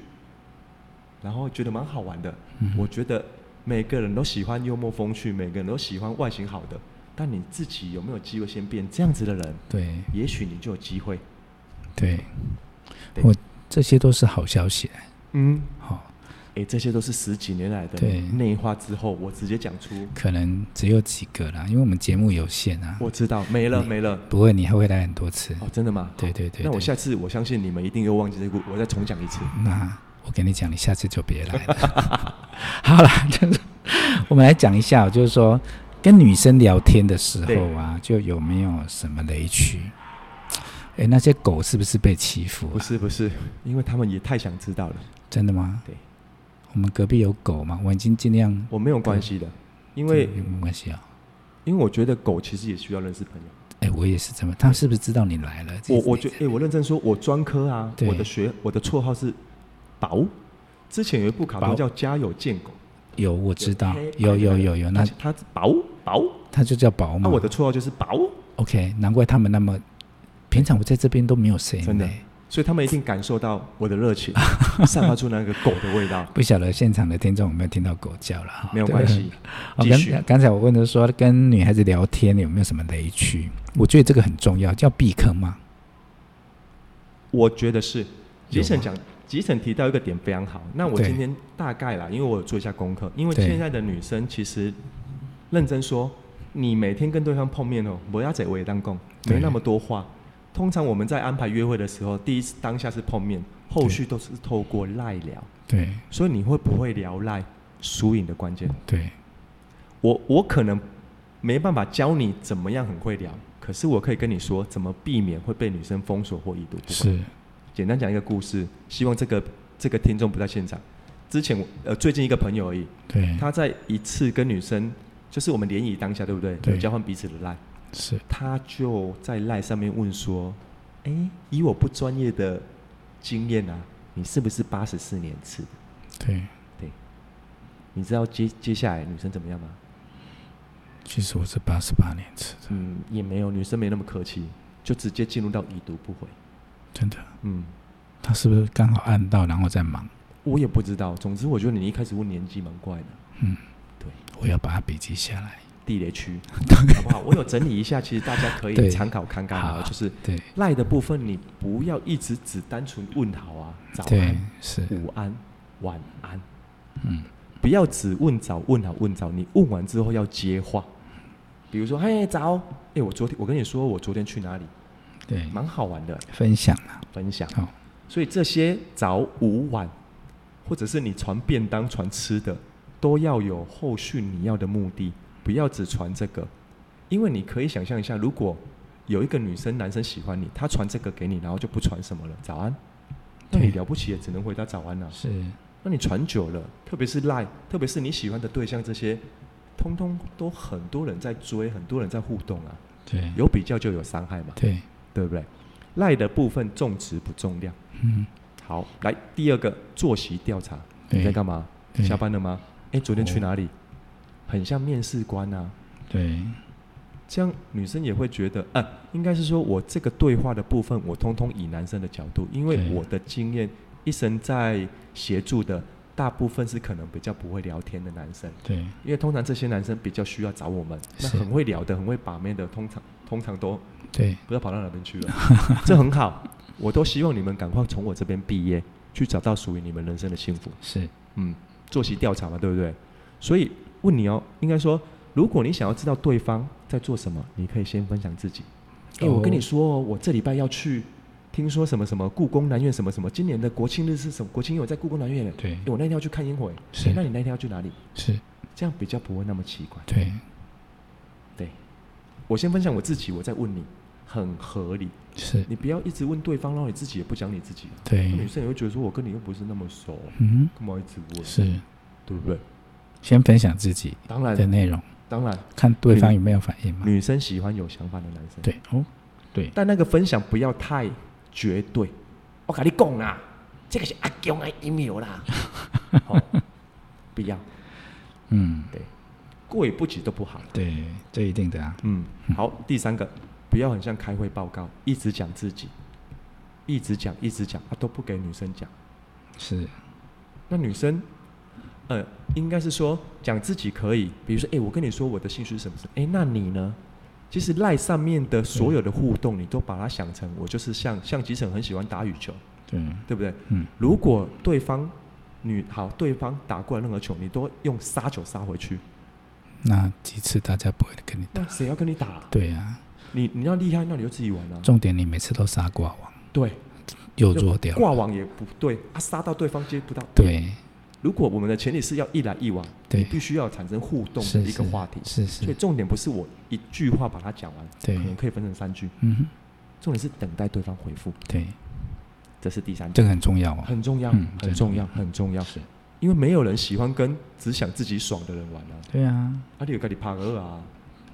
然后觉得蛮好玩的。
嗯哼
我觉得每个人都喜欢幽默风趣，每个人都喜欢外形好的，但你自己有没有机会先变这样子的人？
对
也许你就有机会。
对
对，
我这些都是好消息，欸
嗯，
好、
诶，这些都是十几年来的
对
内化之后，我直接讲出，
可能只有几个啦，因为我们节目有限啊。
我知道没了没了。
不会，你还会来很多次。
哦，真的吗？
对对对
那我
对
下次我相信你们一定又忘记这个故，我再重讲一次。
那我跟你讲，你下次就别来了。 好了，就是我们来讲一下，就是说跟女生聊天的时候啊，就有没有什么雷区？哎，那些狗是不是被欺负、
不
啊？
是不是，因为他们也太想知道了，
真的吗？
对，
我们隔壁有狗嘛，我已经尽量，
我没有关系的，因为
这没关系啊。
因为我觉得狗其实也需要认识朋友。
哎，我也是这么，它是不是知道你来了？
我我觉得，哎、我认真说，我专科啊，
对
我的学我的绰号是宝。之前有一部卡
宝
通叫《家有贱狗》，
有，我知道
黑白，
有
的
有有有，那嗯
它它宝宝，
它就叫宝
那
嘛。
我的绰号就是宝，
OK，难怪他们那么，平常我在这边都没有声音
真的
嘞。
所以他们一定感受到我 的热情，散发出那个狗的味道，
不晓得现场的听众有没有听到狗叫了哈？
没有
对
关系。
哦，
继续
刚刚才我问的说，跟女孩子聊天有没有什么雷区？我觉得这个很重要，叫避坑嘛。
我觉得是，吉
有
晨
吗
讲，吉晨提到一个点非常好。那我
对
今天大概啦，因为我有做一下功课，因为
对
现在的女生其实认真说，你每天跟对方碰面哦，不要在我也当共，
对
没那么多话。通常我们在安排约会的时候，第一次当下是碰面，后续都是透过赖聊。
对
所以你会不会聊赖，输赢的关键。
对，
我我可能没办法教你怎么样很会聊，可是我可以跟你说怎么避免会被女生封锁或已读不回。
是
简单讲一个故事，希望这个这个听众不在现场。之前我呃最近一个朋友而已，
对
他在一次跟女生，就是我们联谊当下对不对？
对
有交换彼此的赖，
是
他就在赖上面问说：“哎、以我不专业的经验啊，你是不是八十四年次？
对。
对，你知道接接下来女生怎么样吗？
其实我是八十八年次的，
嗯，也没有，女生没那么客气，就直接进入到已读不回。
真的。
嗯，
他是不是刚好按到，然后再忙？
我也不知道，总之我觉得你一开始问年纪蛮怪的。
嗯，
对。”
我要把它笔记下来。
地 雷区，好不好？我有整理一下，其实大家可
对
以参考看看
好
啊。就是
对
赖的部分，你不要一直只单纯问好啊，早
对
安、嗯
是，
午安、晚安，
嗯，
不要只问早、问好、问早。你问完之后要接话，比如说，嘿，早，哎，我昨天我跟你说，我昨天去哪里，
对，
蛮好玩的，
分享啊，
分享。
好、
所以这些早、午、晚，或者是你传便当、传吃的，都要有后续你要的目的，不要只传这个。因为你可以想象一下，如果有一个女生、男生喜欢你，他传这个给你，然后就不传什么了，早安，那你
对
了不起也只能回答早安了、
是
那你传久了，特别是赖，特别是你喜欢的对象这些，通通都很多人在追，很多人在互动啊，
对
有比较就有伤害嘛，
对，
对不对？赖的部分重质不重量。
嗯，
好，来第二个作息调查，你
对
在干嘛？
对
下班了吗？哎，昨天去
哦
哪里？很像面试官啊，
对
这样女生也会觉得，啊，应该是说我这个对话的部分，我通通以男生的角度，因为
对
我的经验，一生在协助的大部分是可能比较不会聊天的男生，
对
因为通常这些男生比较需要找我们，那
是
很会聊的、很会把妹的，通常通常都
对，
不要跑到哪边去了， 这很好，我都希望你们赶快从我这边毕业，去找到属于你们人生的幸福。
是
嗯，作息调查嘛，对不对？所以问你哦，应该说，如果你想要知道对方在做什么，你可以先分享自己。哎、我跟
哦
你说哦，我这礼拜要去，听说什么什么故宫南院什么什么，今年的国庆日是什么？国庆日我在故宫南院耶。
哦对
诶我那天要去看烟火耶。
是
诶那你那天要去哪里？
是，
这样比较不会那么奇怪。
对
对，我先分享我自己，我再问你，很合理。
是，
你不要一直问对方，然后你自己也不讲你自己啊。那女
对，
生也会觉得说，我跟你又不是那么熟，
嗯，
干嘛一直问？
是。
对不对？
先分享自己
当然
的，内容，
当然，
看对方有没有反应嘛。
嗯女生喜欢有想法的男生。，
对哦，对
但那个分享不要太绝对。我跟你讲啦，这个是阿公的 email 啦， 好，不要，
嗯，
对，过于不及都不好。
对，这一定的啊。
嗯，好，第三个，不要很像开会报告，一直讲自己，一直讲，一直讲，他、都不给女生讲。
是，
那女生，呃，应该是说讲自己可以，比如说，哎、我跟你说我的兴趣是什么什么，哎、那你呢？其实赖上面的所有的互动，你都把它想成我就是像像吉成很喜欢打羽球，
对，
对不对？
嗯，
如果对方女好，对方打过来任何球，你都用杀球杀回去，
那几次大家不会跟你
那
打。
谁要跟你打啊、
对啊，
你你要厉害，那你就自己玩啊。
重点你每次都杀瓜王。
对，
又弱掉了。
挂网也不对，啊，杀到对方接不到。，
对，
如果我们的前提是要一来一往，
对
你必须要产生互动的
是
一个话题。
是
所以
是，
重点不是我一句话把它讲完，
对
可，能可以分成三句，
嗯哼，
重点是等待对方回复，
对，
这是第三
这
点，
个很重要哦。
很重要，
嗯
很重要，很重要。因为没有人喜欢跟只想自己爽的人玩啊，
对啊，
啊，你有跟你怕饿啊，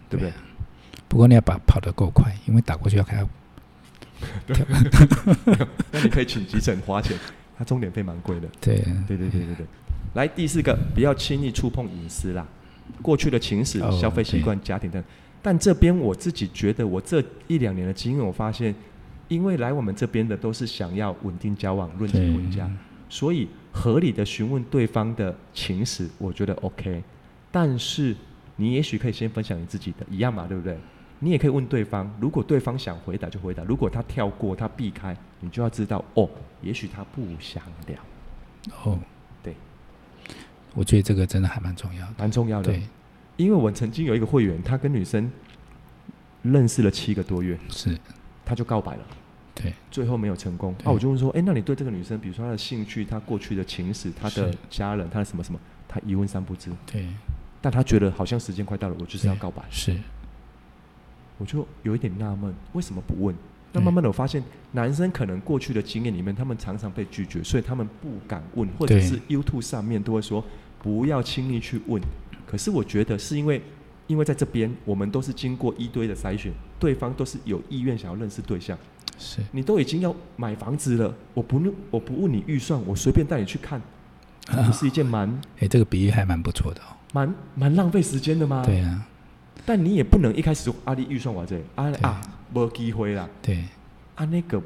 对不对？
不过你要把跑得够快，因为打过去要开。
那你可以请急诊花钱，它钟点费蛮贵的。
对，
对对对对对。来第四个，不要轻易触碰隐私啦，过去的情史、
哦
消费习惯、家庭等。但这边我自己觉得，我这一两年的经验，我发现，因为来我们这边的都是想要稳定交往、论及
对
婚嫁，所以合理的询问对方的情史，我觉得 OK。但是你也许可以先分享你自己的，一样嘛，对不对？你也可以问对方，如果对方想回答就回答，如果他跳过、他避开，你就要知道哦，也许他不想聊，
哦，
对，
我觉得这个真的还蛮重要的。
蛮重要的。
对，
因为我曾经有一个会员，他跟女生认识了七个多月，
是，
他就告白了，
对，
最后没有成功。啊，
对
我就问说，哎，那你对这个女生，比如说她的兴趣、她过去的情史、她的
是
家人、她的什么什么，他一问三不知。
对，
但他觉得好像时间快到了，我就是要告白，
是，
我就有一点纳闷，为什么不问？那
对
慢慢的我发现，男生可能过去的经验里面，他们常常被拒绝，所以他们不敢问，或者
对
是 YouTube 上面都会说不要轻易去问。可是我觉得是因为，因为在这边我们都是经过一堆的筛选，对方都是有意愿想要认识对象，
是，
你都已经要买房子了，我不问我不问你预算，我随便带你去 看，也是一件蛮
哎，这个比喻还蛮不错的哦。
蛮蛮浪费时间的吗？
对啊，
但你也不能一开始说阿力预算我这啊
对
啊，没机会啦，
对
啊那个，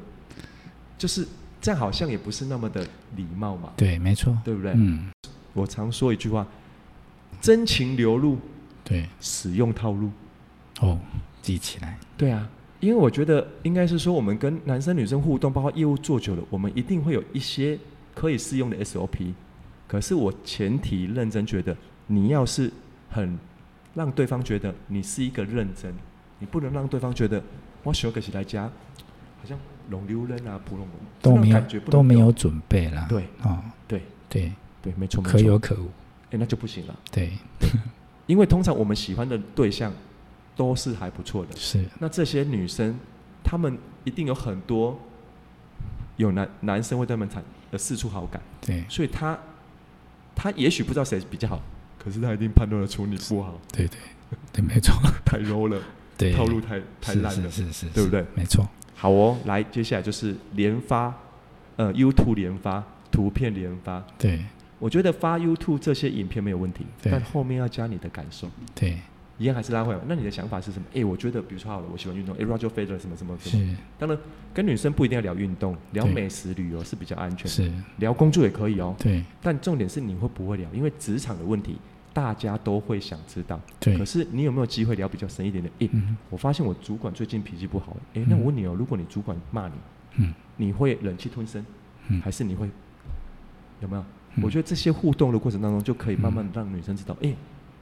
就是这样好像也不是那么的礼貌嘛，
对，没错。
对不对？
嗯，
我常说一句话，真情流露，
对，
使用套路。
哦，记起来。
对啊，因为我觉得应该是说，我们跟男生女生互动，包括业务做久了，我们一定会有一些可以适用的 SOP。可是我前提认真觉得，你要是很让对方觉得你是一个认真，你不能让对方觉得我喜欢可是来家，好像龙溜人啊，普龙龙
都没
这种
有
感觉不能
都没有准备啦。
对
哦，
对
对，
对，没错没
可哦
错，
有可无。
哎那就不行了，
对，
因为通常我们喜欢的对象都是还不错的，
是，
那这些女生，她们一定有很多有男男生会对她们产呃四处好感，
对，
所以她她也许不知道谁比较好，可是她一定判断得出你不好，
对对对，没 错。
太 low 了，
对，
套路太太
是
烂了，
是是是，
对
是？
不对？
没错。
好哦，来，接下来就是连发，呃，YouTube 连发图片连发，
对
我觉得发 YouTube 这些影片没有问题，
对
但后面要加你的感受。
对
一样还是拉回来，那你的想法是什么？诶，我觉得，比如说好了，我喜欢运动，诶 r o g e r Federer 什么什么什么，
是
当然，跟女生不一定要聊运动，聊
对
美食、旅游是比较安全，
是，
聊工作也可以哦。
对
但重点是你会不会聊，因为职场的问题，大家都会想知道。可
对，
是你有没有机会聊比较深一点的？诶、
嗯
我发现我主管最近脾气不好，诶，那
嗯
我问你哦，如果你主管骂你，
嗯
你会忍气吞声，
嗯
还是你会有没有？
嗯
我觉得这些互动的过程当中，就可以慢慢
嗯
让女生知道，诶，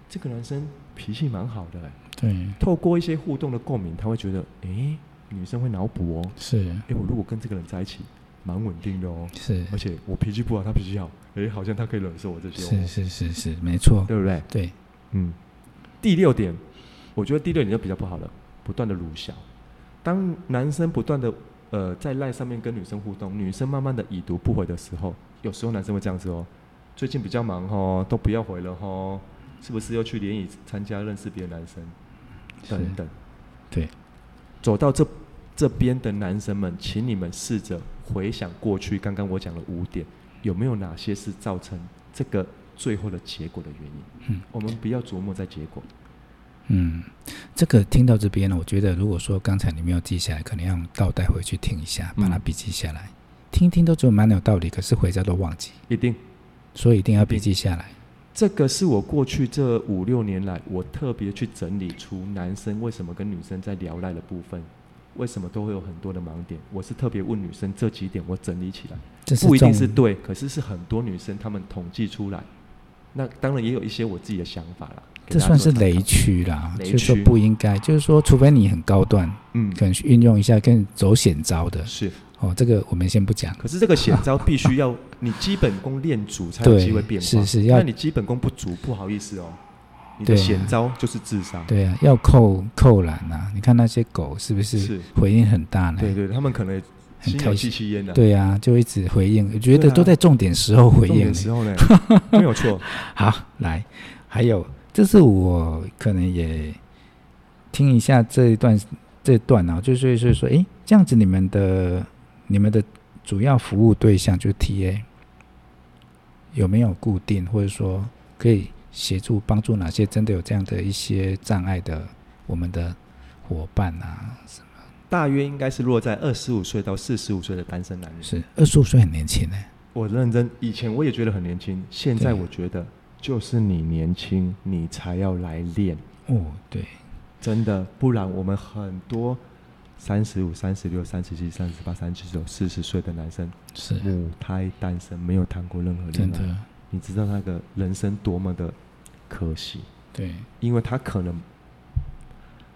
这个男生脾气蛮好的、诶
对
透过一些互动的共鸣，他会觉得，诶，女生会脑补哦。
是
哎、我如果跟这个人在一起，蛮稳定的哦，
是
而且我脾气不好，他脾气好，哎、好像他可以忍受我这些、
是
哦，
是是是，没错。
对不对？
对
嗯。第六点，我觉得第六点就比较不好了，不断的鲁小。当男生不断的呃在赖上面跟女生互动，女生慢慢的已读不回的时候，有时候男生会这样子哦，最近比较忙哦，都不要回了哦，是不是又去联谊参加认识别的男生
是
等等？
对
走到这这边的男生们，请你们试着回想过去刚刚我讲的五点，有没有哪些是造成这个最后的结果的原因？
嗯
我们不要琢磨在结果。
嗯，这个听到这边呢，我觉得如果说刚才你没有记下来，可能要倒带回去听一下，把它
嗯
笔记下来。听一听都觉得蛮有道理，可是回家都忘记，
一定，
所以一定要笔
一
记下来。
这个是我过去这五六年来，我特别去整理出男生为什么跟女生在聊赖的部分，为什么都会有很多的盲点。我是特别问女生这几点，我整理起来。
这是
不一定
重
是对，可是是很多女生她们统计出来。那当然也有一些我自己的想法啦。给
这
大家
算
做
是
参
雷
考，
区啦，
雷
就是说
区
不应该，就是说，除非你很高端，
嗯，
可能去运用一下跟走险招的
是
哦，这个我们先不讲。
可是这个险招必须要你基本功练足才有机会变化，
是是要
那你基本功不足，不好意思哦，你的
对啊
险招就是自杀。
对啊，要扣扣篮啊！你看那些狗是不
是
是回应很大呢？
对对，他们可能
很
心有
开
戚
心
戚焉的。，
对啊，就一直回应，我觉
对
得
啊
都在重点时候回
重
应
点
呢。
时候呢， 没有错，
好，来，还有，这是我可能也听一下这一段这段啊，就是就是说，诶，这样子你们的你们的主要服务对象就是 TA，有没有固定，或者说可以协助帮助哪些真的有这样的一些障碍的我们的伙伴啊？
大约应该是落在二十五岁到四十五岁的单身男人。
是二十五岁很年轻呢、
我认真，以前我也觉得很年轻，现在
对
我觉得就是你年轻，你才要来练，
哦，对，
真的，不然我们很多三十五、三十六、三十七、三十八、三十九、四十岁的男生
是
母胎单身，没有谈过任何
嗯真
恋
的
爱，，你知道那个人生多么的可惜，
对，
因为他可能，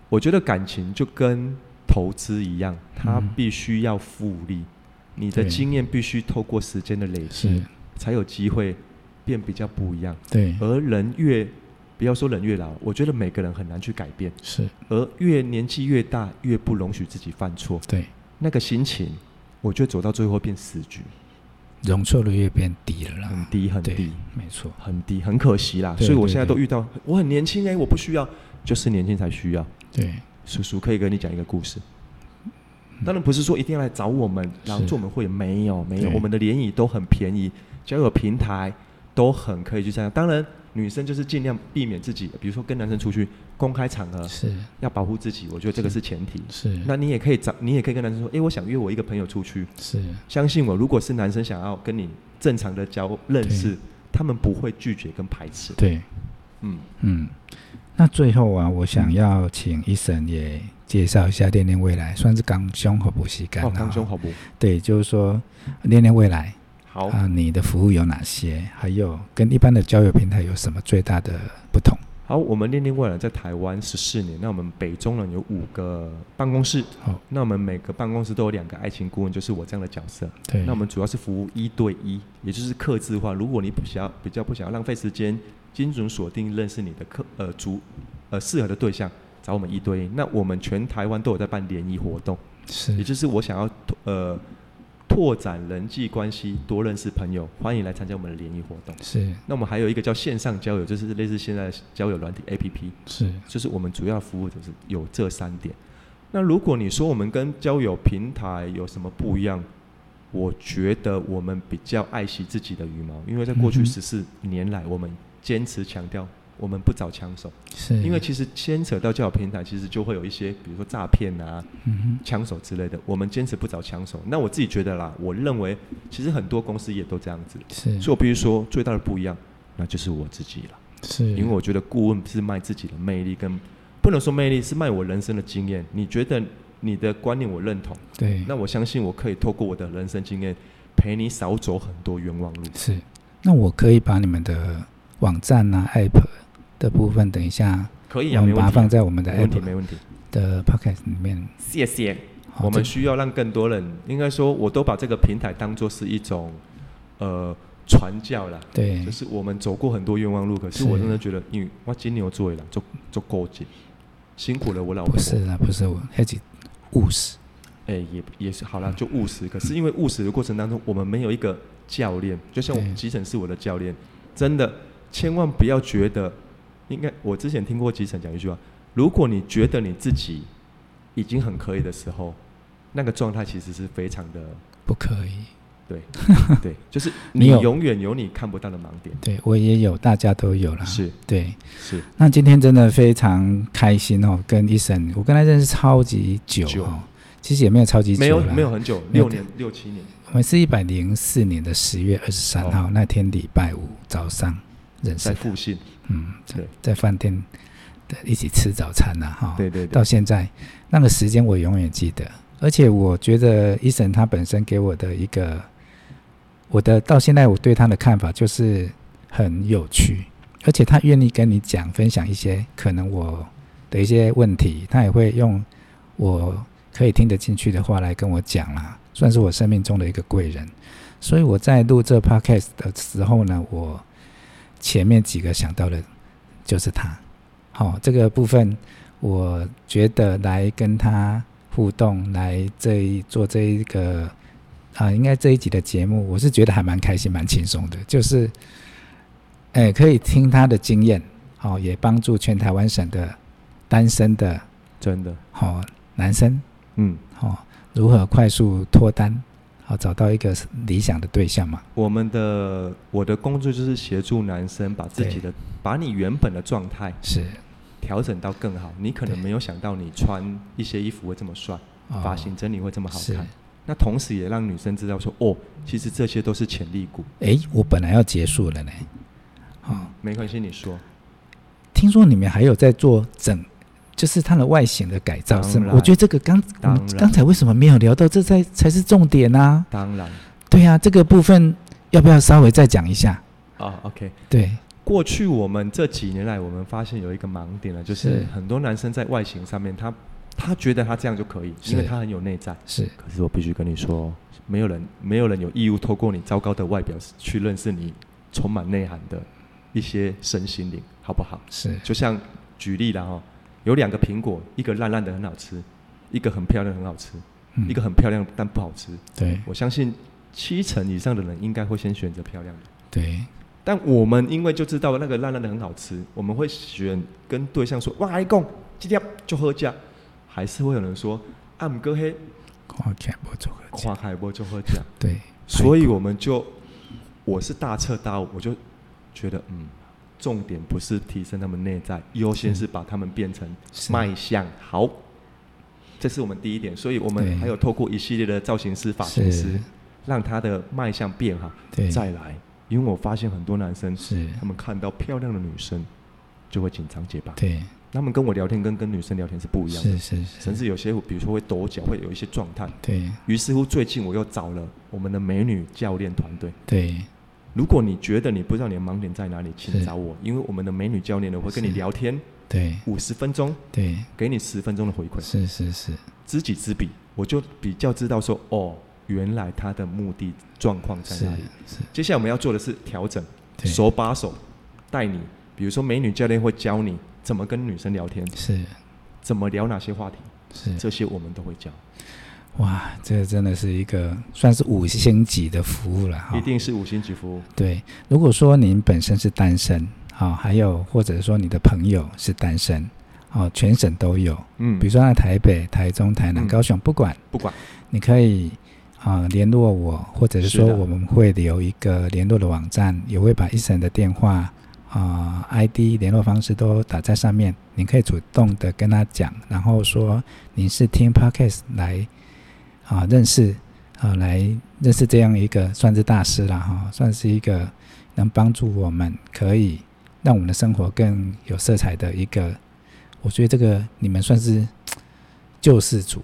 我觉得感情就跟投资一样，它
嗯
必须要复利，你的
对
经验必须透过时间的累积
是，，
才有机会变比较不一样。
对，
而人越不要说人越老，我觉得每个人很难去改变，
是，
而越年纪越大，越不容许自己犯错，
对。
那个心情，我觉得走到最后变死局，
容错率也变低了啦，
很低很
对
低，
没错，
很低，很可惜啦。
对
所以我
对
现在
对
都遇到，我很年轻哎、我不需要，就是年轻才需要。
对，
叔叔可以跟你讲一个故事。当然不是说一定要来找我们，然后做我们会员没有没有，
对
我们的联谊都很便宜，交友平台都很可以去参加。当然，女生就是尽量避免自己，比如说跟男生出去公开场合
是
要保护自己，我觉得这个是前提。
是
那你也可以找，你也可以跟男生说，诶，我想约我一个朋友出去。
是，
相信我，如果是男生想要跟你正常的交认识，他们不会拒绝跟排斥。
对，
嗯，
嗯。那最后啊，我想要请医生也介绍一下恋恋未来，算是刚胸和补习干
哦，
啊
康兄好不？
对，就是说恋恋未来
好，
啊，你的服务有哪些？还有跟一般的交友平台有什么最大的不同？
好，我们恋恋未来在台湾十四年，那我们北中呢有五个办公室，
哦，
那我们每个办公室都有两个爱情顾问，就是我这样的角色。
对，
那我们主要是服务一对一，也就是客制化。如果你不想要比较不想要浪费时间，精准锁定认识你的客呃主呃适合的对象，找我们一对一。那我们全台湾都有在办联谊活动，也
是
就是我想要拓呃拓展人际关系，多认识朋友，欢迎来参加我们的联谊活动。
是
那我们还有一个叫线上交友，就是类似现在的交友软体 APP。
是
就是我们主要服务者是有这三点。那如果你说我们跟交友平台有什么不一样，我觉得我们比较爱惜自己的羽毛，因为在过
嗯
去
哼
十四年来，我们坚持强调我们不找枪手，
是，
因为其实牵扯到交友平台，其实就会有一些，比如说诈骗啊、
嗯
枪手之类的，我们坚持不找枪手。那我自己觉得啦，我认为其实很多公司也都这样子，
哼是
所以我必须说最大的不一样，那就是我自己了。
是，
因为我觉得顾问是卖自己的魅力跟，不能说魅力，是卖我人生的经验。你觉得你的观念我认同，
对
那我相信我可以透过我的人生经验，陪你少走很多冤枉路。
是，那我可以把你们的网站啊、app 的部分，等一下
可以
我
啊，没
们把它
问题
放
啊，
在我们的
没问题，
app
没问题。
的 podcast 里面。
谢谢。
好
我们
这
需要让更多人，应该说，我都把这个平台当做是一种，呃，传教啦。
对
就是我们走过很多冤枉路，可是
是
我真的觉得，嗯因为我金牛座的啦，做做够紧，辛苦了我老婆
不。是啦，不是我，还是务实。
哎、也也是好啦，就务实。可是因为务实的过程当中，我们没有一个教练，就像我
对
急诊是我的教练，真的千万不要觉得，应该我之前听过急诊讲一句话：如果你觉得你自己已经很可以的时候，那个状态其实是非常的
不可以。
对对，就是
你
你
有
永远有你看不到的盲点。
对我也有，大家都有啦。
是
对，
是，
那今天真的非常开心哦，跟医生，我跟他认识超级久
久
哦，其实也没有超级久
没有
啦
没有很久，
没有
六年六七年，
我们是一百零四年的十月二十三
哦
号、那天礼拜五早上认识
在复信，
嗯，在
对
在饭店的一起吃早餐呐、哈，
对对对
到，现在那个时间我永远记得，而且我觉得医生他本身给我的一个，我的到现在我对他的看法就是很有趣，而且他愿意跟你讲分享一些可能我的一些问题，他也会用我可以听得进去的话来跟我讲啦、算是我生命中的一个贵人。所以我在录这 podcast 的时候呢，我前面几个想到的就是他。好、这个部分我觉得来跟他互动，来这一做这一个啊、应该这一集的节目，我是觉得还蛮开心、蛮轻松的，就是哎，可以听他的经验，哦，也帮助全台湾省的单身的
真的，
哦男生
嗯，
哦，如何快速脱单，哦，找到一个理想的对象嘛。
我们的我的工作就是协助男生把自己的把你原本的状态
是，
调整到更好。你可能
对
没有想到你穿一些衣服会这么帅，
哦
发型整理会这么好
是
看。那同时也让女生知道说，哦，其实这些都是潜力股。
诶，我本来要结束了呢。哦，
没关系，你说
听说你们还有在做整，就是它的外形的改造，
当
是吗？
然
我觉得这个刚我
当
们
然
刚才为什么没有聊到？这才才是重点啊！
当然
对啊，这个部分要不要稍微再讲一下？
啊，OK。
对，
过去我们这几年来，我们发现有一个盲点呢，就是
是
很多男生在外形上面，他他觉得他这样就可以，
是
因为他很有内在。
是
可是我必须跟你说，没有人没有人有义务透过你糟糕的外表去认识你充满内涵的一些身心灵，好不好？
是
就像举例啦哦，有两个苹果，一个烂烂的很好吃，一个很漂亮很好吃，
嗯
一个很漂亮但不好吃。
对
我相信七成以上的人应该会先选择漂亮的，
对
但我们因为就知道那个烂烂的很好吃，我们会选跟对象说哇，一共今天就喝价，还是会有人说啊，唔哥嘿，
跨全部组合
跨海波就喝价，
对，
所
哎
以我们就我是大彻大悟，我就觉得嗯。重点不是提升他们内在，优先是把他们变成
嗯是
卖相好，这是我们第一点。所以我
对
们还有透过一系列的造型师、发型师
是，
让他的卖相变好。
对
再来，因为我发现很多男生
是
他们看到漂亮的女生就会紧张结巴，
对
他们跟我聊天跟跟女生聊天是不一样的
是，是是
甚至有些比如说会抖脚，会有一些状态。
对
于是乎，最近我又找了我们的美女教练团队。
对
如果你觉得你不知道你的盲点在哪里，请
是
找我，因为我们的美女教练呢我会跟你
是
聊天
对
五十分钟，
对
给你十分钟的回馈，
是是是
知己知彼，我就比较知道说，哦，原来他的目的状况在
是
哪里。
是，
接下来我们要做的是调整，
对
手把手带你，比如说美女教练会教你怎么跟女生聊天，
是
怎么聊哪些话题，
是
这些我们都会教，
哇，这真的是一个算是五星级的服务了哈。
一定是五星级服务。
对，如果说您本身是单身，啊、还有或者说你的朋友是单身，哦，全省都有，
嗯
比如，说在台北、台中、台南、
嗯
高雄，不管
不管
你可以啊、联络我，或者是
是
说
的
我们会留一个联络的网站，也会把医生的电话啊、ID、联络方式都打在上面，你可以主动的跟他讲，然后说你是听 Podcast 来啊、认识啊、来认识这样一个算是大师了哈、算是一个能帮助我们可以让我们的生活更有色彩的一个，我觉得这个你们算是救世主。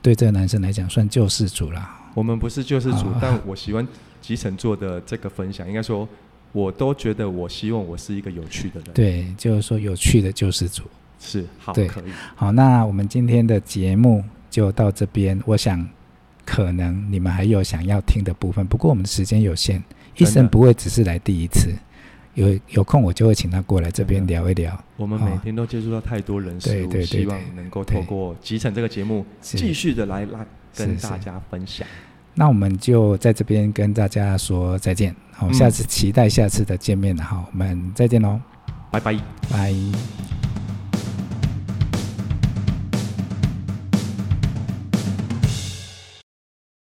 对这个男生来讲算救世主啦。
我们不是救世主
好，
但我喜欢集成做的这个分享，应该说，我都觉得我希望我是一个有趣的人，，
对，就是说有趣的救世主。
是好
对
可以，
好，那我们今天的节目就到这边。我想，可能你们还有想要听的部分，不过我们时间有限，医
真的
生不会只是来第一次。有有空我就会请他过来这边
真的
聊一聊。
我们
好
每天都接触到太多人事
对
物，
啊对对
希
对
望能够透过集成这个节目，
是
继续的来来跟
是
大家分享。
那我们就在这边跟大家说再见。好，
嗯
下次期待下次的见面了哈，我们再见喽，
拜拜。
拜。